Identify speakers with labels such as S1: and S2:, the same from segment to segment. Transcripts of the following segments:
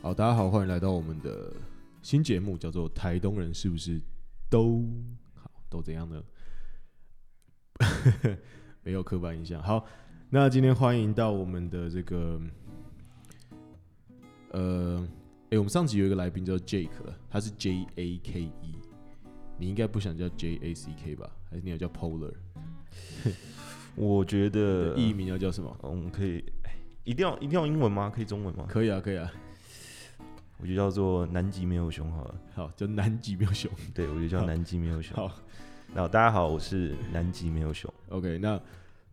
S1: 好，大家好，欢迎来到我们的新节目，叫做《台东人是不是都好都怎样呢》，没有刻板印象。好，那今天欢迎到我们的这个，呃，诶，我们上集有一个来宾叫 Jake，他是 J A K E，你应该不想叫 J A C K 吧？还是你要叫 Polar？
S2: 我觉
S1: 你
S2: 得
S1: 的艺名要叫什么？
S2: 嗯，可以，哎一定要一定要英文吗？可以中文吗？
S1: 可以啊，可以啊。
S2: 我就叫做南极没有熊好了。
S1: 好，叫南极喵熊。
S2: 对，我就叫南极没有熊。
S1: 好，
S2: 那大家好，我是南极没有熊。
S1: OK，那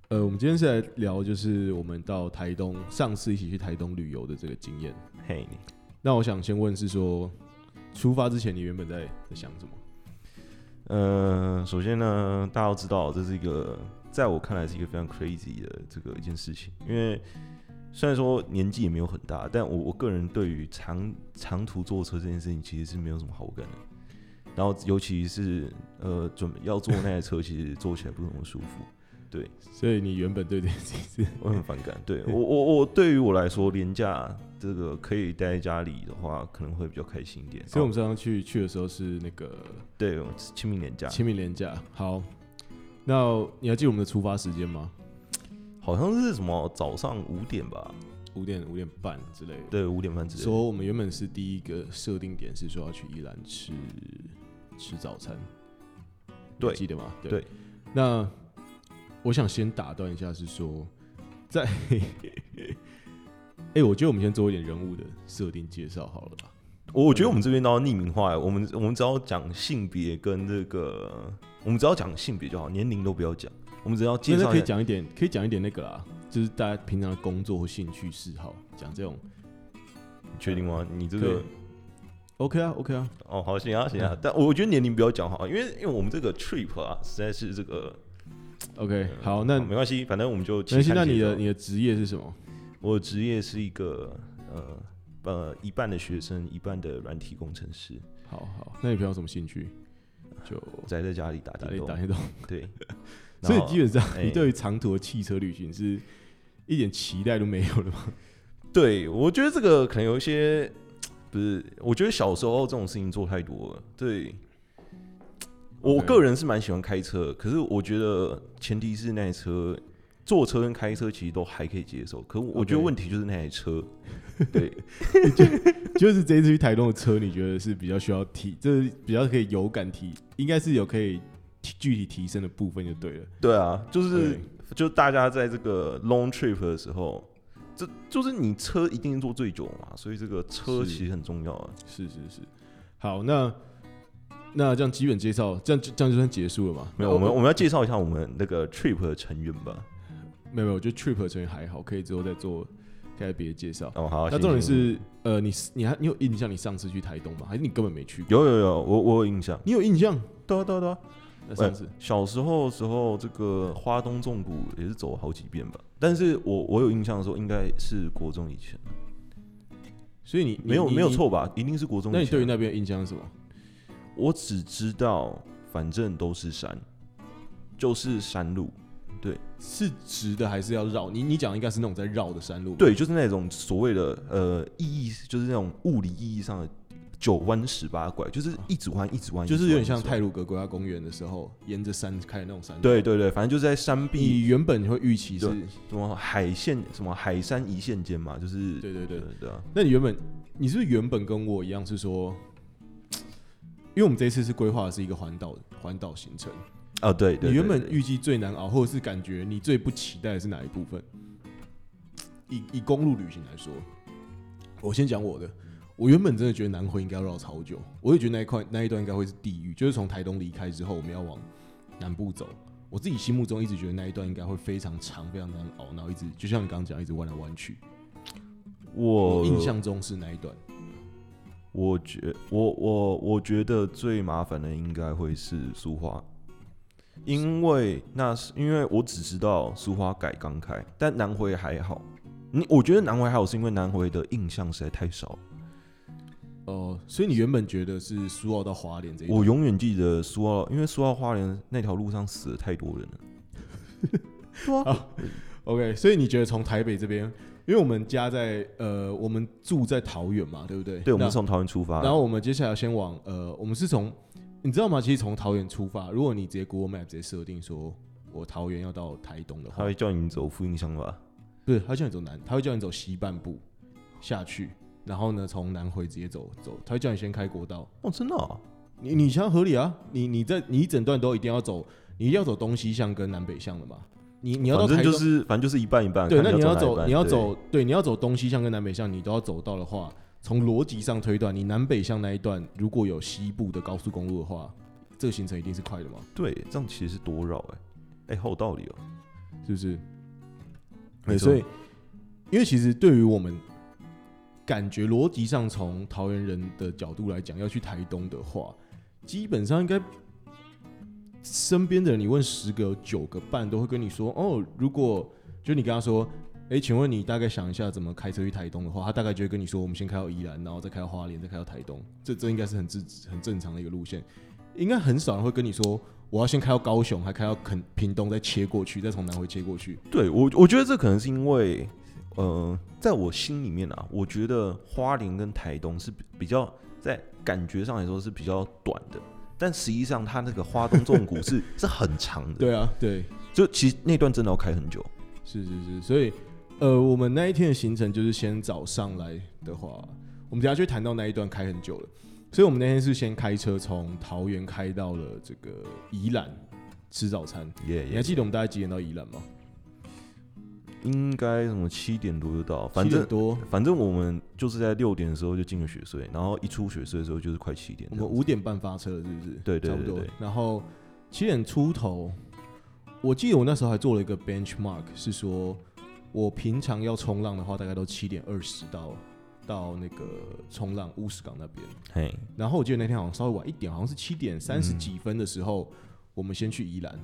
S1: 呃，我们今天是来聊，就是我们到台东上次一起去台东旅游的这个经验。
S2: 嘿、你
S1: 那我想先问是说，出发之前你原本在在想什么？
S2: 呃，首先呢，大家都知道这是一个，在我看来是一个非常 crazy 的这个一件事情，因为虽然说年纪也没有很大，但我我个人对于长长途坐车这件事情其实是没有什么好感的。然后尤其是呃，准备要坐那台车，其实坐起来不是那么舒服，
S1: 所以你原本对这件事情是
S2: 我很反感。对
S1: 嗯
S2: 我我我对于我来说，廉价这个可以待在家里的话，可能会比较开心一点。哦
S1: 所以我们上次去去的时候是那个
S2: 对清明年假，
S1: 清明连假。好，那你还记得我们的出发时间吗？
S2: 好像是什么早上五点吧，
S1: 五点五点半之类的。
S2: 对，五点半之类的。
S1: 说我们原本是第一个设定点是说要去宜兰吃吃早餐，
S2: 对
S1: 你记得吗？
S2: 对。
S1: 那我想先打断一下，是说 在，哎、我觉得我们先做一点人物的设定介绍好了吧。
S2: 我我觉
S1: 嗯
S2: 得我们这边都要匿名化，欸我们我们只要讲性别跟这个，我们只要讲性别就好，年龄都不要讲，我们只要介
S1: 现在
S2: 绍
S1: 可
S2: 一
S1: 以
S2: 下。
S1: 讲一点，可以讲一点那个啦，就是大家平常的工作或兴趣嗜好，讲这种
S2: 你确定吗？你这个
S1: 对 OK 啊，OK 啊，
S2: 哦，好行啊行啊，但我觉得年龄不要讲好，因为因为我们这个 trip 啊，实在是这个
S1: OK，好，嗯那
S2: 没关系，反正我们就期
S1: 那
S2: 盼
S1: 现在你
S2: 接
S1: 的
S2: 受
S1: 你的职业是什么？
S2: 我的职业是一个呃呃一半的学生，一半的软体工程师，
S1: 好好，那你平常有什么兴趣？就
S2: 宅在家里打
S1: 打
S2: 电
S1: 电
S2: 动，
S1: 打电动。
S2: 对，
S1: 所以
S2: 然后
S1: 基本上
S2: 哎
S1: 你对于长途的汽车旅行是一点期待都没有了吗？
S2: 对，我觉得这个可能有一些不是，我觉得小时候这种事情做太多了。对，我
S1: OK
S2: 个人是蛮喜欢开车，可是我觉得前提是那台车坐车跟开车其实都还可以接受。可我
S1: OK
S2: 觉得问题就是那台车，对，
S1: 就是这一次去台东的车，你觉得是比较需要提，这是比较可以有感提，应该是有可以提具体提升的部分就对了。
S2: 对啊，就是
S1: 对
S2: 就大家在这个 long trip 的时候，这就是你车一定坐最久嘛，所以这个车
S1: 是
S2: 其实很重要啊。
S1: 是是是，好，那那这样基本介绍，这样就这样就算结束了嘛？
S2: 没有，我们我们要介绍一下我们那个 trip 的成员吧。
S1: 没有没有，我觉得 trip 的成员还好，可以之后再做开别的介绍。
S2: 哦，好，
S1: 那
S2: 行
S1: 重点
S2: 行行
S1: 是，呃，你你还你有印象你上次去台东吗？还是你根本没去过？
S2: 有有有，我我有印象。
S1: 你有印象？
S2: 对啊对啊对啊，
S1: 那上次
S2: 小时候的时候，这个花东纵谷也是走了好几遍吧。但是我我有印象的时候，应该是国中以前，
S1: 所以你
S2: 没有
S1: 你
S2: 没有
S1: 你
S2: 错吧？一定是国中以
S1: 那
S2: 前。
S1: 你对于那边的印象是什么？
S2: 我只知道，反正都是山，就是山路。
S1: 是直的还是要绕？你你讲的应该是那种在绕的山路吧。
S2: 对，就是那种所谓的呃意义，就是那种物理意义上的九弯十八拐，就是一直弯一直
S1: 哦
S2: 弯，
S1: 就是有点像泰
S2: 太。
S1: 鲁格国家公园的时候，沿着山开的那种山路。
S2: 对对对，反正就是在山壁
S1: 你原本会预期是，
S2: 对什么海线什么海山一线间嘛，就是
S1: 对对对。
S2: 对啊，
S1: 那你原本你是不是原本跟我一样是说，因为我们这一次是规划的是一个环岛环岛行程，
S2: 啊对对，
S1: 你原
S2: 对
S1: 本
S2: 对
S1: 预计最难熬，或者是感觉你最不期待的是哪一部分？以以公路旅行来说，我先讲我的。我原本真的觉得南回应该要绕超久，我也觉得那一块那一段应该会是地狱，就是从台东离开之后，我们要往南部走。我自己心目中一直觉得那一段应该会非常长、非常难熬，然后一直就像你刚刚讲，一直弯来弯去。
S2: 我呃
S1: 我印象中是那一段，
S2: 我觉我我我觉得最麻烦的应该会是苏花，因为那是因为我只知道苏花改刚开，但南回还好。你我觉得南回还好，是因为南回的印象实在太少。
S1: 哦，所以你原本觉得是苏澳到花莲这一段，
S2: 我永远记得苏澳，因为苏澳花莲那条路上死了太多人了。对啊，
S1: OK，所以你觉得从台北这边，因因为我们家在呃，我们住在桃园嘛，对不对？
S2: 对，我们
S1: 那
S2: 是从桃园出发，
S1: 然后我们接下来先往呃，我们是从你知道吗？其实从桃园出发，如果你直接 Google Map 直接设定说我桃园要到台东的
S2: 他
S1: 话，
S2: 会叫你走复印箱吧？
S1: 不是他叫你走南，他会叫你走西半部下去，然后呢从南回直接走走，他会叫你先开国道。
S2: 哦，真的、哦，
S1: 你你想合理啊？你你在你一整段都一定要走，你一定要走东西向跟南北向的嘛？你你要到
S2: 反正
S1: 台
S2: 就
S1: 东
S2: 是反正就是一半一半，
S1: 对，
S2: 看
S1: 那你要
S2: 哪一
S1: 走，
S2: 半
S1: 你要
S2: 对
S1: 走，对，你要走东西向跟南北向，你都要走到的话，从逻辑上推断，你南北向那一段如果有西部的高速公路的话，这个行程一定是快的嘛，
S2: 对，这样其实是多绕哎、哎、好有道理哦、
S1: 是不是？
S2: 没
S1: 对，
S2: 错
S1: 所以，因为其实对于我们感觉逻辑上，从桃园人的角度来讲，要去台东的话，基本上应该身边的人，你问十个有九个半都会跟你说，哦，如果就你跟他说，哎，请问你大概想一下怎么开车去台东的话，他大概就会跟你说，我们先开到宜兰，然后再开到花莲，再开到台东，这这应该是很自很正常的一个路线，应该很少人会跟你说。我要先开到高雄，还开到垦屏东，再切过去，再从南回切过去。
S2: 对我，我觉得这可能是因为，呃，在我心里面啊，我觉得花莲跟台东是比比较在感觉上来说是比较短的，但实际上它那个花东纵 谷是是很长的，，
S1: 对啊，对，
S2: 就其实那段真的要开很久。
S1: 是是是，所以呃，我们那一天的行程就是先早上来的话，我们等一下就会谈到那一段开很久了，所以我们那天是先开车从桃园开到了这个宜兰吃早餐。
S2: 耶、
S1: 你还
S2: 耶，
S1: 记得我们大概几点到宜兰吗？
S2: 应该什么七点多就到，反
S1: 七点
S2: 正
S1: 多，
S2: 反正我们就是在六点的时候就进了雪隧，然后一出雪隧的时候就是快七点
S1: 我
S2: 这
S1: 们
S2: 样子。
S1: 五点半发车了，是不是？
S2: 对对
S1: 差不
S2: 对
S1: 多
S2: 对。
S1: 然后七点出头，我记得我那时候还做了一个 benchmark，是说我平常要冲浪的话，大概都七点二十到到那个冲浪乌石港那边。
S2: 嘿，
S1: 然后我记得那天好像稍微晚一点，好像是七点三
S2: 嗯
S1: 十几分的时候，我们先去宜兰。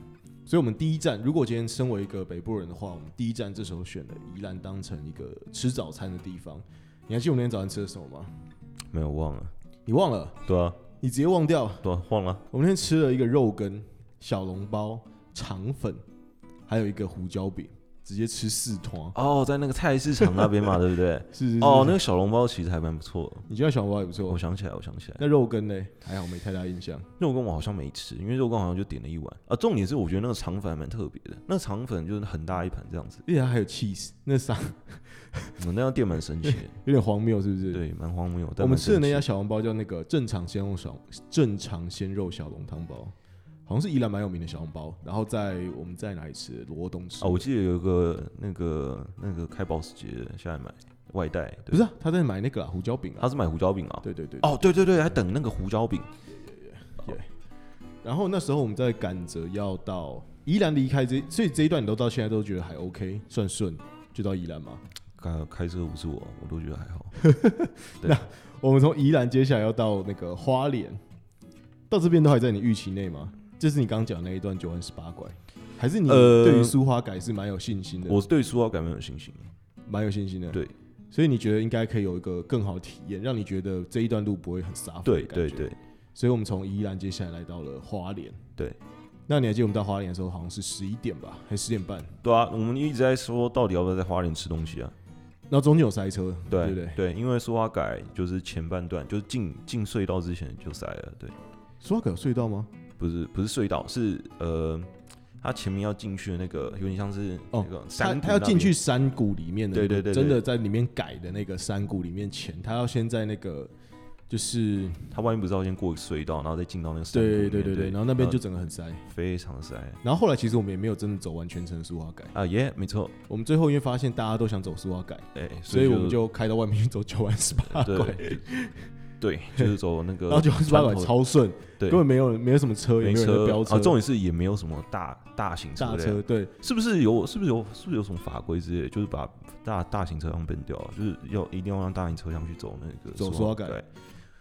S1: 所以，我们第一站，如果今天身为一个北部人的话，我们第一站这时候选了宜兰当成一个吃早餐的地方。你还记得我们那天早上吃的什么吗？
S2: 没有忘了，
S1: 你忘了？
S2: 对啊，
S1: 你直接忘掉？
S2: 对啊，忘了，
S1: 我们那天吃了一个肉羹、小笼包、肠粉，还有一个胡椒饼，直接吃四团。
S2: 哦，在那个菜市场那边嘛，对不 对？
S1: 是是是
S2: 哦，那个小笼包其实还蛮不错的。
S1: 你觉得小笼包也不
S2: 我
S1: 错。
S2: 想起来，我想起来，
S1: 那肉羹呢？还好没太大印象。
S2: 肉羹我好像没吃，因为肉羹好像就点了一碗啊。重点是我觉得那个肠粉还蛮特别的，那肠粉就是很大一盘这样子，
S1: 而且它还有 cheese，那啥
S2: 嗯那家店蛮神奇 的，
S1: 有点荒谬，是不是？
S2: 对，蛮荒谬。但
S1: 我们
S2: 蛮
S1: 吃的
S2: 神
S1: 那家
S2: 奇
S1: 小笼包叫那个正常鲜肉小正常鲜肉小笼汤包，好像是宜兰蛮有名的小笼包。然后在我们在哪里吃的？罗东吃的。
S2: 哦，我记得有一个那个那个开保时捷的下来买外带，对
S1: 不是、啊，他在买那个啦胡椒饼啊。
S2: 他是买胡椒饼啊。
S1: 对对对。
S2: 哦，对对对，还等那个胡椒饼。
S1: 然后那时候我们在赶着要到宜兰离开这，所以这一段你都到现在都觉得还 OK，算顺，就到宜兰嘛。
S2: 开开车不是我，我都觉得还好。
S1: 我们从宜兰接下来要到那个花莲，到这边都还在你预期内吗？就是你刚讲那一段九弯十八拐，还是你
S2: 呃
S1: 对于苏花改是蛮有信心的？
S2: 我对苏澳改没有信心。
S1: 蛮有信心的。
S2: 对，
S1: 所以你觉得应该可以有一个更好的体验，让你觉得这一段路不会很沙
S2: 对对对，，
S1: 所以我们从宜兰接下来来到了花莲。
S2: 对，
S1: 那你还记得我们到花莲的时候好像是十一点吧，还十点半？
S2: 对啊，我们一直在说到底要不要在花莲吃东西啊？
S1: 然后中间有塞车，
S2: 对
S1: 不对？
S2: 因为苏花改就是前半段，就是进进隧道之前就塞了，对，
S1: 苏花改有隧道吗？
S2: 不是不是隧道，是呃，它前面要进去的那个有点像是那
S1: 哦
S2: 个山
S1: 他
S2: 谷
S1: 他要
S2: 那
S1: 进
S2: 边
S1: 去，山谷里面的，
S2: 对对对对
S1: 真的在里面改的那个山谷里面前，他要先在那个就是
S2: 它外面不是要先过隧道，然后再进到那个山谷里
S1: 对
S2: 面
S1: 对对对，然后那边就整个很塞。
S2: 非常塞
S1: 然后后来其实我们也没有真的走完全程苏花改，
S2: 啊，耶、没错，
S1: 我们最后因为发现大家都想走苏花改，
S2: 哎、
S1: 所以我们就开到外面去走九弯十八拐，
S2: 对对，就是走那个
S1: 然后九弯十八拐
S2: 传统
S1: 超顺，
S2: 对
S1: 根本没有没有什么车，也
S2: 没
S1: 没有人在
S2: 车
S1: 飙
S2: 啊，重点是也没有什么大大型车
S1: 大
S2: 辆
S1: 车对，
S2: 是不是有？是不是有？是不是有什么法规之类的？就是把大大型车辆变掉，啊就是要一定要让大型车辆去走那个
S1: 走
S2: 双
S1: 双改
S2: 对，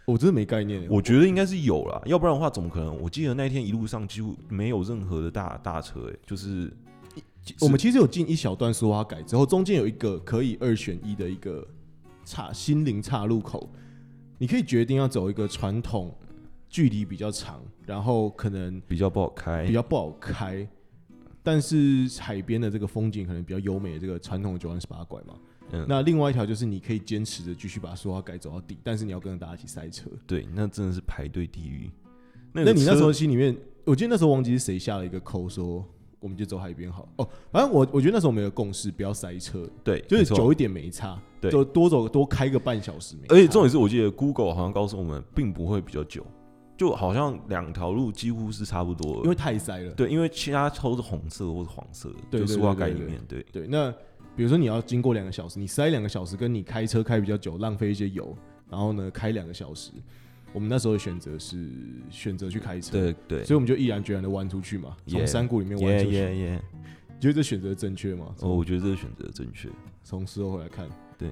S1: 我真的没概念，
S2: 我觉得应该是有啦，要不然的话怎么可能？我记得那天一路上几乎没有任何的大大车、欸，就是
S1: 我们其实有进一小段苏花改之后，中间有一个可以二选一的一个岔心灵岔路口，你可以决定要走一个传统距离比较长，然后可能
S2: 比较不好开
S1: 比。较不好开，但是海边的这个风景可能比较优美的这个传统的九弯十八拐嘛。
S2: 嗯
S1: 那另外一条就是你可以坚持着继续把说话改走到底，但是你要跟着大家一起塞车。
S2: 对，那真的是排队地狱。那
S1: 那你那
S2: 车
S1: 时候心里面，我记得那时候忘记是谁下了一个扣说，我们就走海边好。哦，反正我我觉得那时候我们有个共识，不要塞车，
S2: 对，
S1: 就是
S2: 没错
S1: 久一点没差，
S2: 对
S1: 就多走多开个半小时没差。
S2: 而且重点是我记得 Google 好像告诉我们，并不会比较久，就好像两条路几乎是差不多的。
S1: 因为太塞了。
S2: 对，因为其他都是红色或是黄色的，
S1: 对
S2: 就
S1: 对
S2: 塑
S1: 对
S2: 化
S1: 对
S2: 盖里
S1: 对
S2: 面。对，
S1: 对，那比如说你要经过两个小时，你塞两个小时，跟你开车开比较久，浪费一些油，然后呢开两个小时，我们那时候的选择是选择去开车，
S2: 对对，
S1: 所以我们就毅然决然的弯出去嘛，从
S2: Yeah
S1: 山谷里面弯
S2: 耶
S1: 出去。
S2: 耶耶！
S1: 你觉得这选择正确吗？
S2: 哦，我觉得这个选择正确。
S1: 从事后回来看，
S2: 对，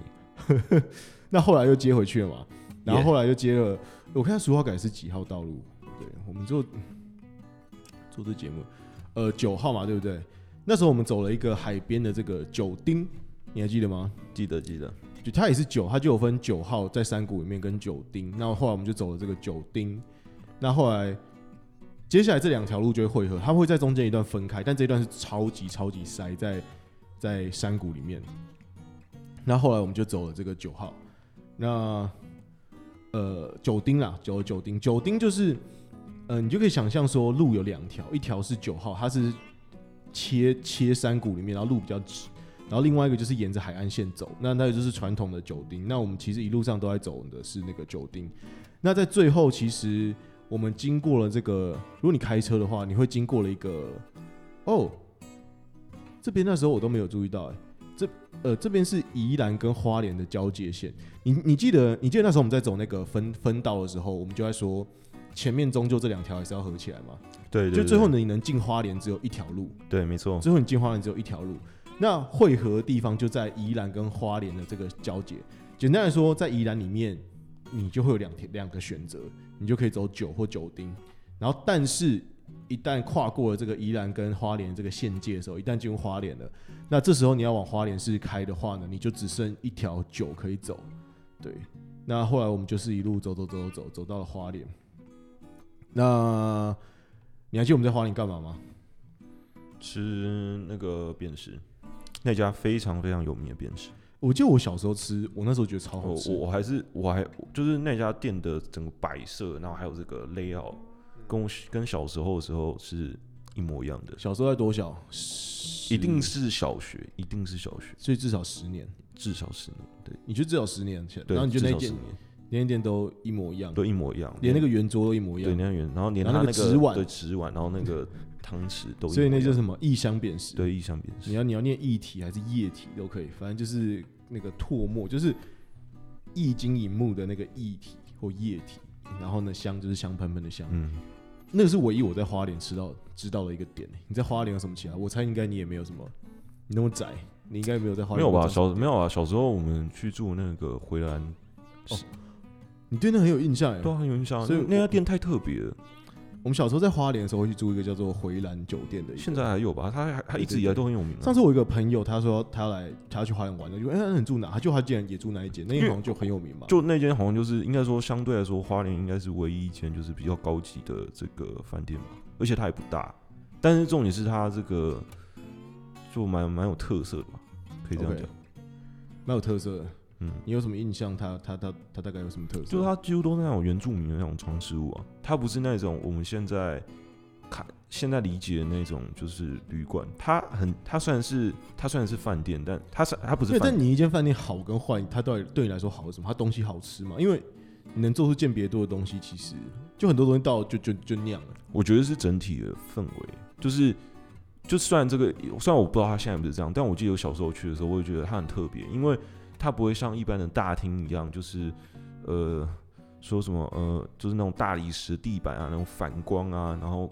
S1: 那后来又接回去了嘛，然后
S2: Yeah
S1: 后来又接了，我看苏花改是几号道路？对，我们做做这节目，呃，九号嘛，对不对？那时候我们走了一个海边的这个九丁，你还记得吗？
S2: 记得记得，
S1: 就它也是九，它就有分九号在山谷里面跟九丁。那后来我们就走了这个九丁，那后来接下来这两条路就会汇合，它会在中间一段分开，但这一段是超级超级塞在在山谷里面。那后来我们就走了这个九号，那呃九丁啦，走了九丁，九丁就是嗯、呃你就可以想象说路有两条，一条是九号，它是切切山谷里面，然后路比较直。然后另外一个就是沿着海岸线走，那那个就是传统的九丁。那我们其实一路上都在走的是那个九丁。那在最后，其实我们经过了这个，如果你开车的话，你会经过了一个哦，这边那时候我都没有注意到、欸，这呃这边是宜兰跟花莲的交界线。你你记得你记得那时候我们在走那个分分道的时候，我们就在说前面终究这两条还是要合起来嘛。
S2: 对对，
S1: 就最后
S2: 呢，
S1: 呢，你能进花莲只有一条路，
S2: 对，没错，
S1: 最后你进花莲只有一条路，那汇合的地方就在宜兰跟花莲的这个交界。简单来说，在宜兰里面，你就会有两条两个选择，你就可以走九或九丁。然后，但是一旦跨过了这个宜兰跟花莲这个县界的时候，一旦进入花莲了，那这时候你要往花莲市开的话呢，你就只剩一条九可以走。对，那后来我们就是一路走走走走走走到了花莲。那你还记得我们在花莲干嘛吗？
S2: 吃那个便食，那家非常非常有名的便食。
S1: 我记得我小时候吃，我那时候觉得超好
S2: 我
S1: 吃。
S2: 哦我我还是我还就是那家店的整个摆设，然后还有这个 layout，跟
S1: 嗯
S2: 我跟小时候的时候是一模一样的，
S1: 小时候在多小？
S2: 一定
S1: 十，
S2: 是小学，一定是小学，
S1: 所以至少十年。
S2: 至少十年，对
S1: 你就至少十年前，
S2: 对，
S1: 然后你就
S2: 至
S1: 那
S2: 少十
S1: 店
S2: 年
S1: 那间店都一模一样，
S2: 都一模一样，
S1: 连那个圆桌都一模一
S2: 对
S1: 样。
S2: 那个圆，然后连
S1: 然后
S2: 他
S1: 那
S2: 个
S1: 个纸碗
S2: 对纸碗，然后那个汤匙都一模一样，
S1: 所以那叫什么异乡辨识。
S2: 对意象辨识
S1: 你，要你要念液体还是液体都可以，反正就是那个唾沫，就是一金银木的那个液体或液体。然后呢，香就是香喷喷的香，
S2: 嗯，
S1: 那个是唯一我在花莲吃到知道的一个点。你在花莲有什么其他？我猜应该你也没有什么，你那么窄，你应该没有在花
S2: 没
S1: 莲
S2: 有吧？
S1: 知道
S2: 小没有啊，小时候我们去住那个回
S1: 嗯
S2: 兰，
S1: 你对那很有印象哎。
S2: 对啊，很有印象啊，
S1: 所以
S2: 那那家店太特别了，
S1: 我们小时候在花莲的时候会去住一个叫做回兰酒店的一个。
S2: 现在还有吧？它还它一
S1: 对
S2: 直
S1: 对
S2: 以来
S1: 对
S2: 都很有名啊。
S1: 上次我有一个朋友，他说他要来他要去花莲玩，我就问哎、那你住哪？他就他竟然也住那一间，那一间好像就很有名嘛。
S2: 就那间好像就是应该说相对来说，花莲应该是唯一一间就是比较高级的这个饭店吧，而且它也不大，但是重点是它这个就蛮蛮有特色的吧，可以这样
S1: OK
S2: 讲。
S1: 蛮有特色的。
S2: 嗯，
S1: 你有什么印象？他他他他大概有什么特色？
S2: 就是它几乎都是那种原住民的那种装饰物啊，它不是那种我们现在看现在理解的那种就是旅馆，它很它虽然是它虽然是饭店，但它是它不是
S1: 对，
S2: 饭
S1: 但你一间饭店好跟坏，它到底对你来说好是什么？它东西好吃吗？因为你能做出鉴别度的东西，其实就很多东西到就就就那样了。
S2: 我觉得是整体的氛围，就是就虽然这个虽然我不知道它现在不是这样，但我记得我小时候去的时候，我也觉得它很特别，因为它不会像一般的大厅一样，就是呃说什么呃就是那种大理石地板啊，那种反光啊，然后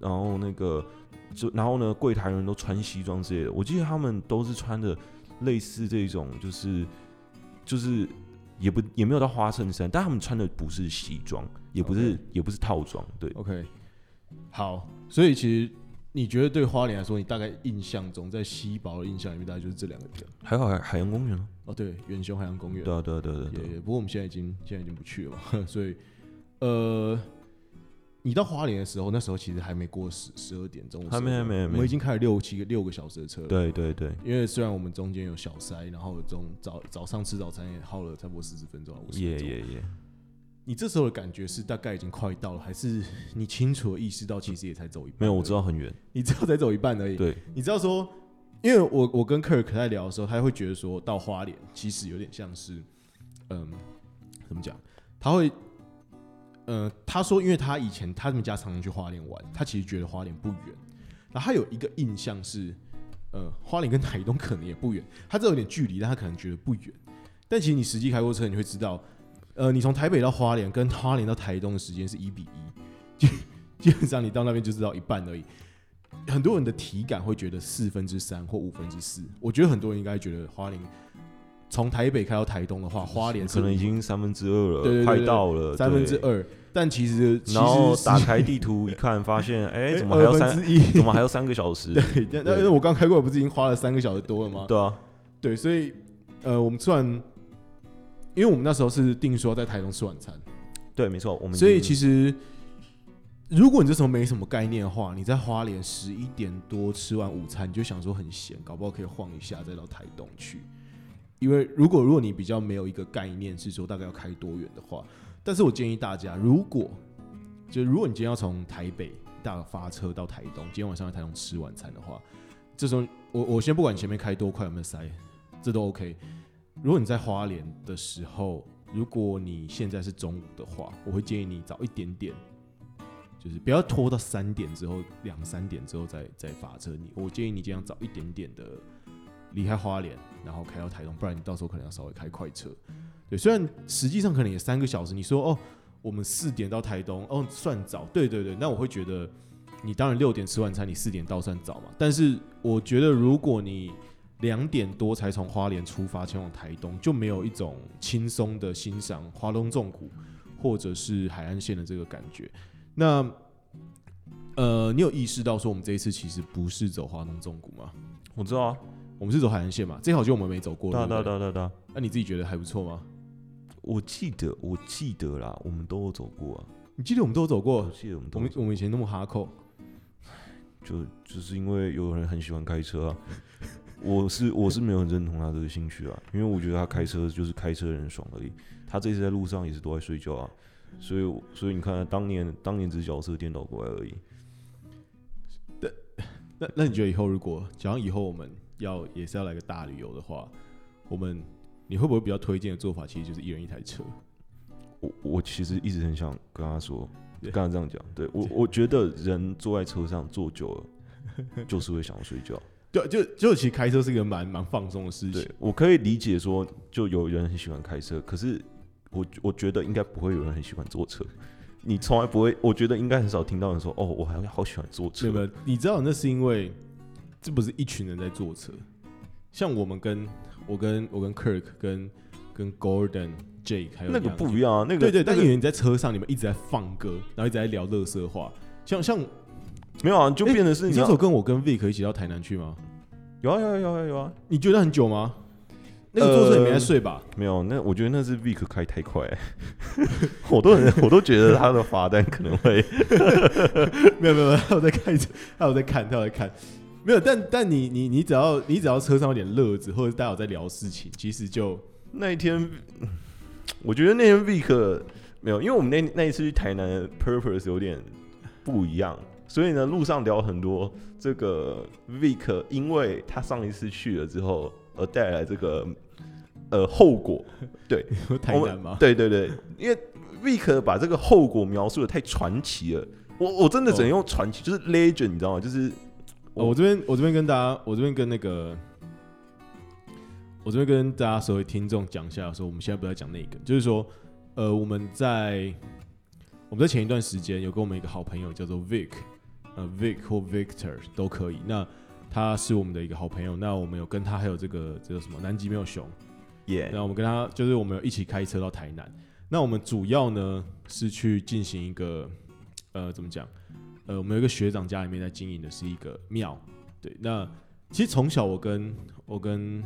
S2: 然后那个就然后呢柜台人都穿西装之类的，我记得他们都是穿的类似这种就是就是。也不也没有到花衬衫，但他们穿的不是西装，也不是
S1: OK
S2: 也不是套装，对，
S1: OK，好，所以其实你觉得对花莲来说，你大概印象中在西堡的印象里面，大概就是这两个点。
S2: 还好海海洋公园啊，
S1: 哦，对，远雄海洋公园。
S2: 对啊对啊对啊对啊
S1: 也
S2: 对啊，
S1: 不过我们现在已经现在已经不去了嘛，所以呃，你到花莲的时候，那时候其实还没过十十二点，中午
S2: 还没
S1: 12
S2: 还没还没
S1: 我们已经开了六七个六个小时的车了。
S2: 对对对，
S1: 因为虽然我们中间有小塞，然后中早早上吃早餐也耗了差不多四十分钟，啊五十
S2: 也
S1: 分钟。
S2: 也也，
S1: 你这时候的感觉是大概已经快到了，还是你清楚的意识到其实也才走一半？
S2: 没有，我知，道很远，
S1: 你只有才走一半而已。
S2: 对，
S1: 你知道说，因为我我跟 Kirk 在聊的时候，他会觉得说到花莲其实有点像是，嗯，怎么讲？他会，呃，他说，因为他以前他们家常常去花莲玩，他其实觉得花莲不远，然后他有一个印象是，呃，花莲跟台东可能也不远，他这有点距离，但他可能觉得不远，但其实你实际开过车，你会知道，呃，你从台北到花莲跟花莲到台东的时间是一比一，基基本上你到那边就知道一半而已。很多人的体感会觉得四分之三或五分之四。我觉得很多人应该觉得花莲从台北开到台东的话，花莲是
S2: 可能已经三分之二了，
S1: 对对对
S2: 快
S1: 对
S2: 到了
S1: 三分之。
S2: 呃对
S1: 二，但其实其实
S2: 然后
S1: 是
S2: 打开地图一看，发现哎，
S1: 哎
S2: 怎么还要
S1: 二
S2: 三？
S1: 分之一？
S2: 怎么还要三个小时？
S1: 对，但但是我刚开过，不是已经花了三个小时多了吗？
S2: 对啊，
S1: 对，所以呃，我们吃完，因为我们那时候是定说在台东吃晚餐，
S2: 对，啊没错，我们
S1: 所以
S2: 实
S1: 其实如果你这时候没什么概念的话，你在呃花莲十一点多吃完午餐，你就想说很闲，搞不好可以晃一下，再到台东去。因为如果如果你比较没有一个概念是说大概要开多远的话，但是我建议大家，如果就如果你今天要从台北大发车到台东，今天晚上在台东吃晚餐的话，这时候我我先不管前面开多快有没有塞，这都 OK。如果你在花莲的时候，如果你现在是中午的话，我会建议你早一点点，就是不要拖到三点之后，两三点之后再再发车。你我建议你尽量早一点点的离开花莲，然后开到台东，不然你到时候可能要稍微开快车。对，虽然实际上可能也三个小时，你说哦，我们四点到台东，哦，算早，对对对，那我会觉得你当然六点吃晚餐，你四点到算早嘛。但是我觉得如果你两点多才从花莲出发前往台东，就没有一种轻松的欣赏花东纵谷或者是海岸线的这个感觉。那呃，你有意识到说我们这一次其实不是走花东纵谷吗？
S2: 我知道啊，
S1: 我们是走海岸线嘛？这条就我们没走过，
S2: 对啊对
S1: 对不对
S2: 啊对啊对啊对啊，
S1: 那你自己觉得还不错吗？
S2: 我记得我记得啦，我们都有走过啊，
S1: 你记得我们都有走
S2: 我
S1: 过，
S2: 记得我们
S1: 哦我
S2: 都有
S1: 们
S2: 走
S1: 我们以前那么哈扣，
S2: 就就是因为有人很喜欢开车啊，我是我是没有很认同他这个兴趣啊，因为我觉得他开车就是开车的人爽而已，他这次在路上也是都在睡觉啊，所以我所以你看啊当年当年只是角色颠倒过来而已，
S1: 那那你觉得以后如果，假如以后我们要也是要来个大旅游的话，我们你会不会比较推荐的做法，其实就是一人一台车？
S2: 我我其实一直很想跟他说，
S1: 对
S2: 跟他这样讲，对我我觉得人坐在车上坐久了，就是会想要睡觉。
S1: 对，就就其实开车是一个蛮蛮放松的事
S2: 对
S1: 情。
S2: 我可以理解说，就有人很喜欢开车，可是我我觉得应该不会有人很喜欢坐车。你从来不会，我觉得应该很少听到人说哦，我还好喜欢坐车
S1: 对。吧？你知道那是因为这不是一群人在坐车，像我们跟我跟我跟 Kirk 跟跟 Gordon Jake 还有
S2: 那个
S1: 杨
S2: 不一样啊，那个
S1: 对对，
S2: 那
S1: 但
S2: 个
S1: 因为你在车上，你们一直在放歌，然后一直在聊乐色话，像像
S2: 没有啊，就变得是
S1: 哎你那
S2: 你要
S1: 时候跟我跟 Vic 一起到台南去吗？
S2: 有啊有啊有啊有啊，
S1: 你觉得很久吗？那个坐车你没在睡吧？
S2: 没有那我觉得那是 Vic 开太快、 我都很我都觉得他的罚单可能会呃
S1: 没有没有，没有他有在开车， 他有在看，他有在看。没有，但但你你你只要你只要车上有点乐子，或者大家有在聊事情，其实就
S2: 那一天，我觉得那天 Vic 没有，因为我们那那一次去台南的 purpose 有点不一样，所以呢，路上聊很多这个 Vic，因为他上一次去了之后，而带来这个呃后果。
S1: 台南嘛。
S2: 对对对，因为 Vic 把这个后果描述的太传奇了，我我真的只能用传奇，就是 legend，你知道吗？就是
S1: 哦、我这边我这边跟大家，我这边跟那个，我这边跟大家所有听众讲一下说我们现在不要讲那个，就是说，呃，我们在我们在前一段时间有跟我们一个好朋友叫做 Vic，呃，Vic 或 Victor 都可以。那他是我们的一个好朋友，那我们有跟他还有这个这个什么南极没有熊，
S2: 耶
S1: 那我们跟他就是我们有一起开车到台南。那我们主要呢是去进行一个呃怎么讲？呃，我们有一个学长家里面在经营的是一个庙，对。那其实从小我跟我跟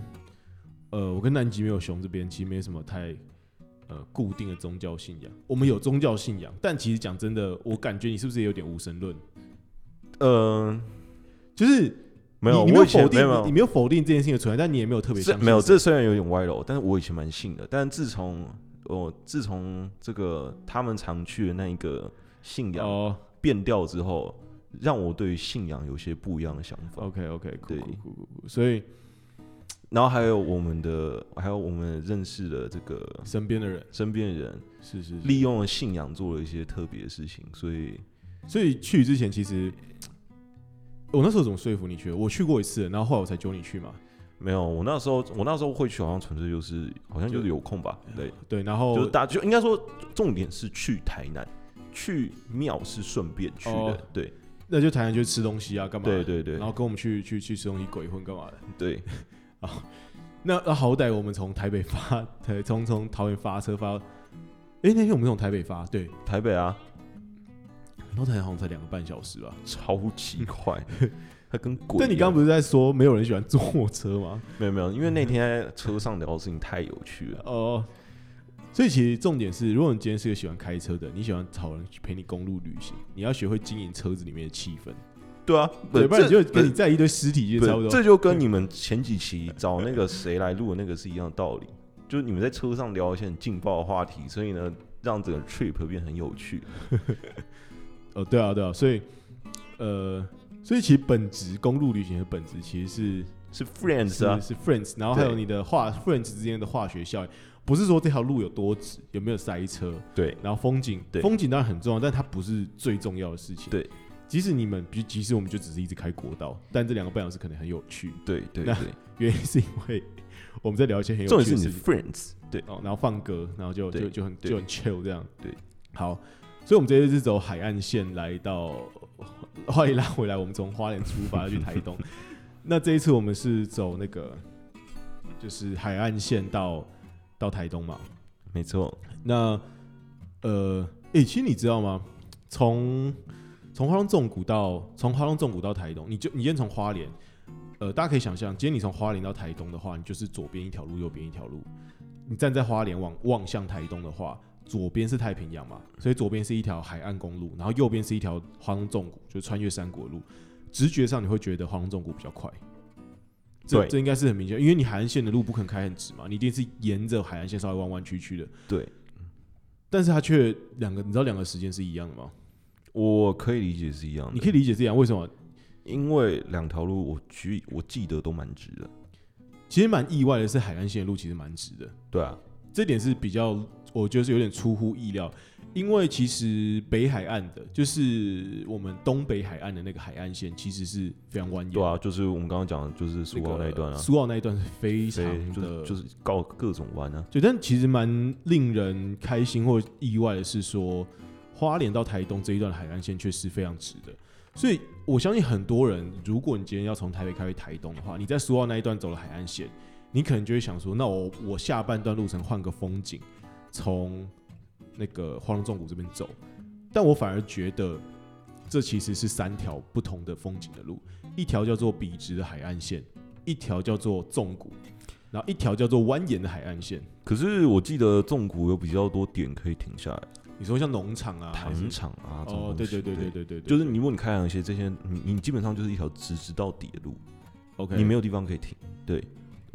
S1: 呃我跟南极没有熊这边其实没什么太呃固定的宗教信仰。我们有宗教信仰，但其实讲真的，我感觉你是不是也有点无神论？
S2: 呃，
S1: 就是
S2: 没有，
S1: 你你有
S2: 我以前
S1: 否
S2: 没
S1: 定
S2: 有
S1: 你没有否定这件事情的存在，但你也没有特别
S2: 这
S1: 相信
S2: 没有，
S1: 什么
S2: 这虽然有点歪楼，但是我以前蛮信的。但自从我、自从这个他们常去的那一个信仰
S1: 哦。
S2: 变掉之后，让我对于信仰有些不一样的想法。
S1: OK OK，酷
S2: 对
S1: 酷酷酷酷。所以
S2: 然后还有我们的，还有我们认识的这个
S1: 身边的人
S2: 身边的人，
S1: 是是是
S2: 利用了信仰做了一些特别的事情，所以
S1: 所以去之前，其实我那时候怎么说服你去的？我去过一次，然后后来我才揪你去嘛。
S2: 没有。我那时候，我那时候会去，好像纯粹就是，好像就是有空吧，对，
S1: 对，然后
S2: 就是大，就应该说重点是去台南，去庙是顺便去的，
S1: 哦
S2: 对，
S1: 那就台南就吃东西啊，干嘛？
S2: 对对对
S1: 然后跟我们去去去吃东西鬼混干嘛的？
S2: 对，
S1: 那那好歹我们从台北发， 台从从桃园发车发，哎、那天我们从台北发，对，
S2: 台北啊，
S1: 然后台南好像才两个半小时吧。
S2: 超级快， 它跟鬼一样。啊
S1: 但你刚刚不是在说没有人喜欢坐车吗？
S2: 没有没有，因为那天在车上聊的事情太有趣了。
S1: 哦、所以其实重点是，如果你今天是个喜欢开车的，你喜欢找人陪你公路旅行，你要学会经营车子里面的气氛，
S2: 对啊，
S1: 对，不然你就跟你
S2: 这
S1: 在一堆尸体就差不
S2: 对
S1: 多。
S2: 这就跟你们前几期找那个谁来录的那个是一样的道理，就是你们在车上聊一些很劲爆的话题，所以呢，让整个 trip 变得很有趣。
S1: 哦，对啊，对啊，所以呃，所以其实本质公路旅行的本质其实是
S2: 是 friends 啊，
S1: 是是 friends，然后还有
S2: 对
S1: 你的化 friends 之间的化学效应，不是说这条路有多直，有没有塞车，
S2: 对
S1: 然后风景，
S2: 对
S1: 风景当然很重要，但它不是最重要的事情。
S2: 对，
S1: 即使你们，比即使我们就只是一直开国道，但这两个半小时可能很有趣，
S2: 对对
S1: 那
S2: 对，
S1: 原因是因为我们在聊一些很有
S2: 重点
S1: 趣
S2: 是
S1: 的
S2: 你
S1: 事
S2: 的
S1: 情，
S2: friends，对
S1: 哦，然后放歌，然后就就
S2: 对
S1: 就很
S2: 对
S1: 就很 chill 这样。
S2: 对，
S1: 好，所以我们这次是走海岸线来到， 后来拉回来，我们从花莲出发要去台 东。那这一次我们是走那个，就是海岸线到到台东嘛。
S2: 没错，
S1: 那呃，诶、其实你知道吗？从从花东纵谷到从花东纵谷到台东，你就你先从花莲，呃，大家可以想象，今天你从花莲到台东的话，你就是左边一条路，右边一条路。你站在花莲往望向台东的话，左边是太平洋嘛，所以左边是一条海岸公路，然后右边是一条花东纵谷，就是穿越山谷的路。直觉上你会觉得花东纵谷比较快，这
S2: 对
S1: 这应该是很明显，因为你海岸线的路不可能开很直嘛，你一定是沿着海岸线稍微弯弯曲曲的。
S2: 对
S1: 但是它却两个，你知道两个时间是一样的吗？
S2: 我可以理解是一样的。
S1: 你可以理解这样，为什么？
S2: 因为两条路我举我记得都蛮直的，
S1: 其实蛮意外的是，海岸线的路其实蛮直的，
S2: 对啊，
S1: 这点是比较，我觉得是有点出乎意料。因为其实北海岸的，就是我们东北海岸的那个海岸线，其实是非常蜿蜒。
S2: 对啊，就是我们刚刚讲的，就是苏
S1: 个
S2: 澳那一段啊，
S1: 苏澳那一段是非常
S2: 对，
S1: 的，
S2: 就是就是告各种弯啊，
S1: 对，但其实蛮令人开心或意外的是说，花莲到台东这一段海岸线却是非常直的。所以我相信很多人，如果你今天要从台北开回台东的话，你在苏澳那一段走了海岸线，你可能就会想说，那我我下半段路程换个风景，从那个花龙纵谷这边走。但我反而觉得，这其实是三条不同的风景的路，一条叫做笔直的海岸线，一条叫做纵谷，然后一条叫做蜿蜒的海岸线。
S2: 可是我记得纵谷有比较多点可以停下来，
S1: 你说像农场啊，还
S2: 糖
S1: 是
S2: 厂啊，这种
S1: 哦，
S2: 东
S1: 对对
S2: 西
S1: 对对
S2: 对
S1: 对对，
S2: 就是你如果你开航线这些，你你基本上就是一条直直到底的路，
S1: OK，
S2: 你没
S1: 有
S2: 有地方可以停。对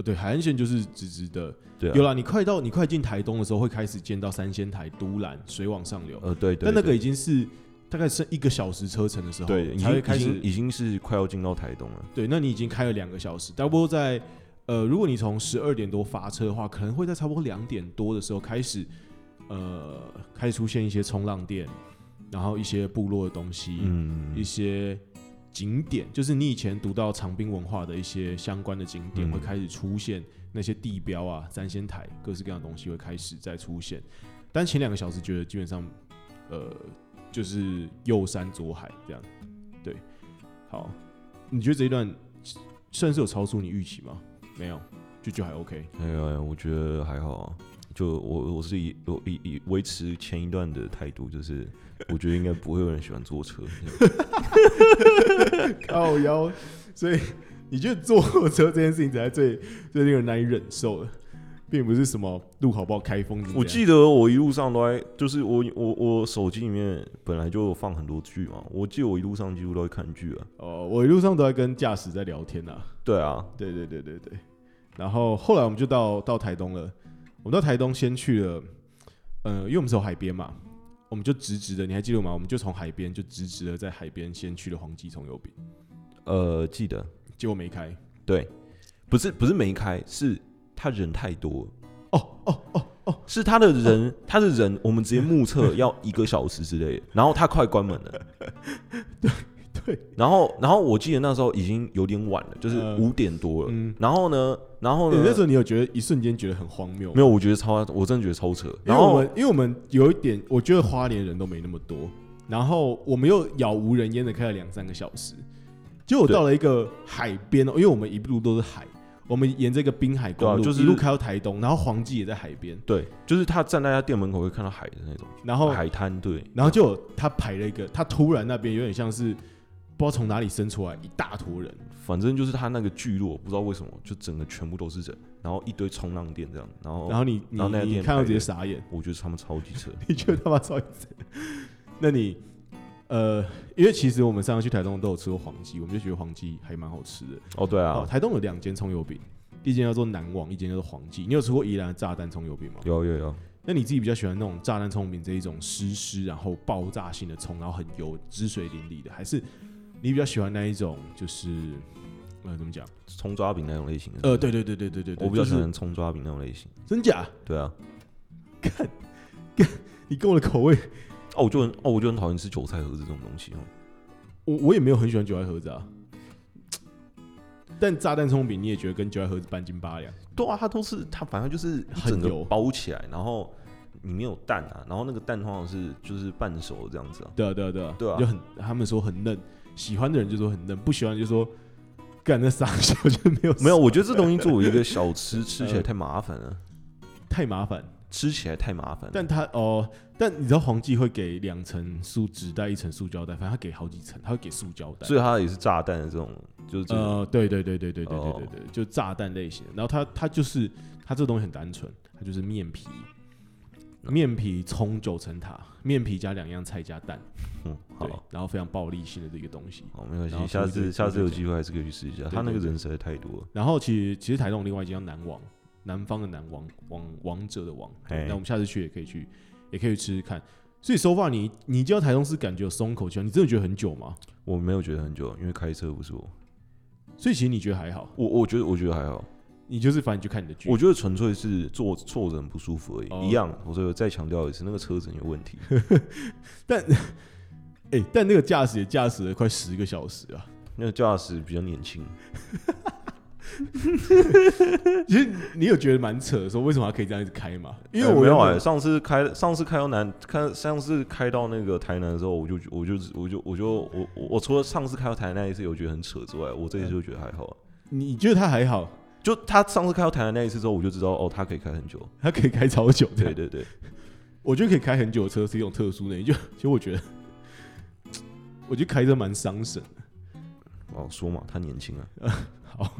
S1: 对海岸线就是直直的，
S2: 对啊，
S1: 有啦，你快到你快进台东的时候，会开始见到三仙台、都兰、水往上流，
S2: 呃对对，
S1: 但那个
S2: 对
S1: 已经是大概剩一个小时车程的时候，
S2: 对
S1: 才
S2: 已经
S1: 会开
S2: 已
S1: 始
S2: 经已经是快要进到台东了。
S1: 对，那你已经开了两个小时，差不多在呃，如果你从十二点多发车的话，可能会在差不多两点多的时候开始，呃，开始出现一些冲浪店，然后一些部落的东西，一
S2: 嗯，
S1: 些景点，就是你以前读到长滨文化的一些相关的景点，
S2: 嗯
S1: 会开始出现那些地标啊、三仙台，各式各样的东西会开始在出现。但前两个小时觉得基本上，呃，就是右山左海这样。对，好，你觉得这一段算是有超出你预期吗？没有，就就还 OK。
S2: 哎呦，我觉得还好啊。就我我是以我以以维持前一段的态度，就是我觉得应该不会有人喜欢坐车。
S1: 靠腰，所以你觉得坐火车这件事情才是最最令人难以忍受的。并不是什么路好不好开封怎么样。
S2: 我记得我一路上都在，就是我我我手机里面本来就有放很多剧嘛，我记得我一路上几乎都在看剧啊。
S1: 哦，我一路上都在跟驾驶在聊天啊。
S2: 对啊，
S1: 对对对对对。然后后来我们就到到台东了，我们到台东先去了，呃，因为我们是有海边嘛，我们就直直的，你还记得吗？我们就从海边就直直的在海边先去了黄记葱油饼，
S2: 呃，记得
S1: 结果没开。
S2: 对，不是不是没开，是他人太多了，
S1: 哦哦哦，
S2: 是他的人、他的人，我们直接目测要一个小时之类 的，然后他快关门了。
S1: 对，
S2: 然后然后我记得那时候已经有点晚了，就是
S1: 嗯
S2: 五点多了。
S1: 嗯，
S2: 然后呢，然后
S1: 你
S2: 呢
S1: 那时，候你有觉得一瞬间觉得很荒谬？
S2: 没有，我觉得超，我真的觉得超扯。
S1: 因
S2: 然
S1: 为我
S2: 后
S1: 们因为我们有一点，我觉得花莲人都没那么多，然后我们又杳无人烟的开了两三个小时，结果
S2: 对
S1: 到了一个海边哦，因为我们一路都是海，我们沿这个滨海公路、
S2: 对啊就是
S1: 一路开到台东，然后黄记也在海边，
S2: 对，就是他站在他店门口会看到海的那种
S1: 然后
S2: 海滩，对，啊
S1: 然后就有他排了一个，他突然那边有点像是不知道从哪里伸出来一大坨人，
S2: 反正就是他那个聚落，不知道为什么就整个全部都是人，然后一堆冲浪店这样，然后
S1: 然后你你
S2: 哦然后那个
S1: 你
S2: 店
S1: 看到
S2: 排
S1: 直接
S2: 的
S1: 傻眼，
S2: 我觉得他们超级扯，
S1: 你觉得他妈超级扯？那你呃，因为其实我们上次去台东都有吃过黄鸡，我们就觉得黄鸡还蛮好吃的。
S2: 哦对
S1: 哦，
S2: 啊，
S1: 台东有两间葱油饼，一间叫做南王，一间叫做黄记。你有吃过宜兰的炸弹葱油饼吗？
S2: 有有有，
S1: 那你自己比较喜欢那种炸弹葱油饼这一种湿湿然后爆炸性的葱，然后很油、汁水淋漓的，还是你比较喜欢那一种就是呃怎么讲？
S2: 葱抓饼那种类型的，
S1: 呃，对对对对对对对，
S2: 我比较
S1: 就
S2: 喜
S1: 是
S2: 欢葱抓饼那种类型，
S1: 真假？
S2: 对啊，
S1: 你跟我的口味，
S2: 哦我就很哦我就很讨厌吃韭菜盒子这种东西哦，
S1: 我我也没有很喜欢韭菜盒子啊。但炸弹葱饼你也觉得跟韭菜盒子半斤八两，
S2: 对啊，它都是它反正就是一
S1: 很
S2: 整个
S1: 油
S2: 包起来，然后里面有蛋啊，然后那个蛋通常是就是半熟这样子啊，
S1: 对啊对啊对啊，
S2: 对啊
S1: 就很他们说很嫩，喜欢的人就说很嫩，不喜欢就说干那傻笑就没有
S2: 没有，我觉得这东西作为一个小 吃，吃起来
S1: 呃
S2: 太麻烦了，
S1: 太麻烦。
S2: 吃起来太麻烦了，
S1: 但他哦，但你知道黄记会给两层塑纸袋，一层塑胶袋，反正他给好几层，他会给塑胶袋。
S2: 所以它也是炸弹的这种，就是这种
S1: 呃，对对对对对对对
S2: 哦
S1: 对对，就炸弹类型的。然后它它就是它这东西很单纯，它就是面皮、面皮、葱、九层塔、面皮加两样菜加蛋，
S2: 嗯，好
S1: 对，，然后非常暴力性的这个东西。
S2: 好，没关
S1: 然后
S2: 系，下
S1: 出去
S2: 次
S1: 就
S2: 下次
S1: 出
S2: 有
S1: 去
S2: 机会还是可以去试一下。
S1: 对
S2: 他那
S1: 对
S2: 个
S1: 对
S2: 人实在太多了，
S1: 然后其实其实台东有另外一间叫南王，南方的南王王王者的王。对
S2: 嘿
S1: 那我们下次去也可以去，也可以去吃吃看。所以说 o 你你进到台东是感觉有松口气吗，你真的觉得很久吗？
S2: 我没有觉得很久，因为开车不是我，
S1: 所以其实你觉得还好，
S2: 我我觉得我觉得还好，
S1: 你就是嗯反正你去看你的剧。
S2: 我觉得纯粹是坐坐人不舒服而
S1: 哦
S2: 已。一样，我说再强调一次，那个车子有 问题，
S1: 哎、但那个驾驶也驾驶了快十个小时啊。
S2: 那个驾驶比较年轻，
S1: 其实你有觉得蛮扯的，说为什么他可以这样一直开吗？因为
S2: 哎
S1: 我
S2: 没有
S1: 原
S2: 哎，
S1: 本
S2: 上次开上次开到南开上次开到那个台南的时候，我就我就我就我就我我我除了上次开到台南那一次我觉得很扯之外，我这一次就觉得还好。啊
S1: 你觉得他还好，
S2: 就他上次开到台南那一次之后，我就知道哦，他可以开 很久。
S1: 他可以开超久这
S2: 对
S1: 样。
S2: 对对，
S1: 我觉得可以开很久的车是一种特殊的，你就其实我觉得，我觉得开车蛮伤神。
S2: 哦，说嘛，他年轻啊。
S1: 好，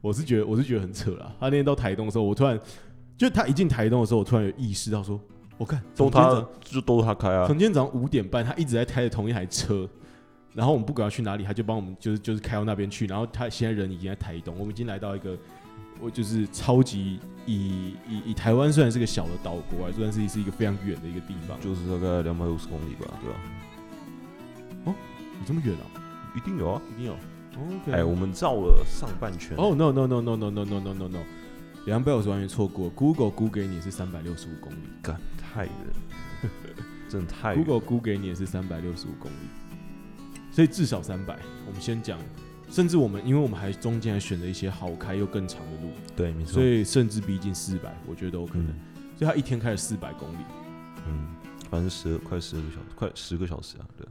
S1: 我是觉得我是觉得很扯啦。他那天到台东的时候，我突然就他一进台东的时候，我突然有意识到说，我看
S2: 都
S1: 从今天
S2: 他
S1: 早
S2: 就都他开啊
S1: 从，今天早上五点半，他一直在开着同一台车，然后我们不管要去哪里，他就帮我们就是就是开到那边去，然后他现在人已经在台东，我们已经来到一个我就是超级以以以台湾虽然是个小的岛国来说，但是是一个非常远的一个地方，
S2: 就是大概两百五十公里吧，对吧、
S1: 有这么远啊，
S2: 一定有啊！
S1: 一定有。OK，
S2: 哎，我们绕了上半圈，
S1: 啊哦、no no no no no no no no no no，两百五十万元错过，Google 估给你是三百六十五公里
S2: 干太远 了，真的太远了。
S1: ，Google 估给你也是三百六十五公里，所以至少三百。我们先讲，甚至我们因为我们还中间还选了一些好开又更长的路，
S2: 对，没错。
S1: 所以甚至逼近四百，我觉得都有可能。
S2: 嗯
S1: 所以他一天开了四百公里，
S2: 嗯，反正十快十个小时，快十个小时啊，对啊，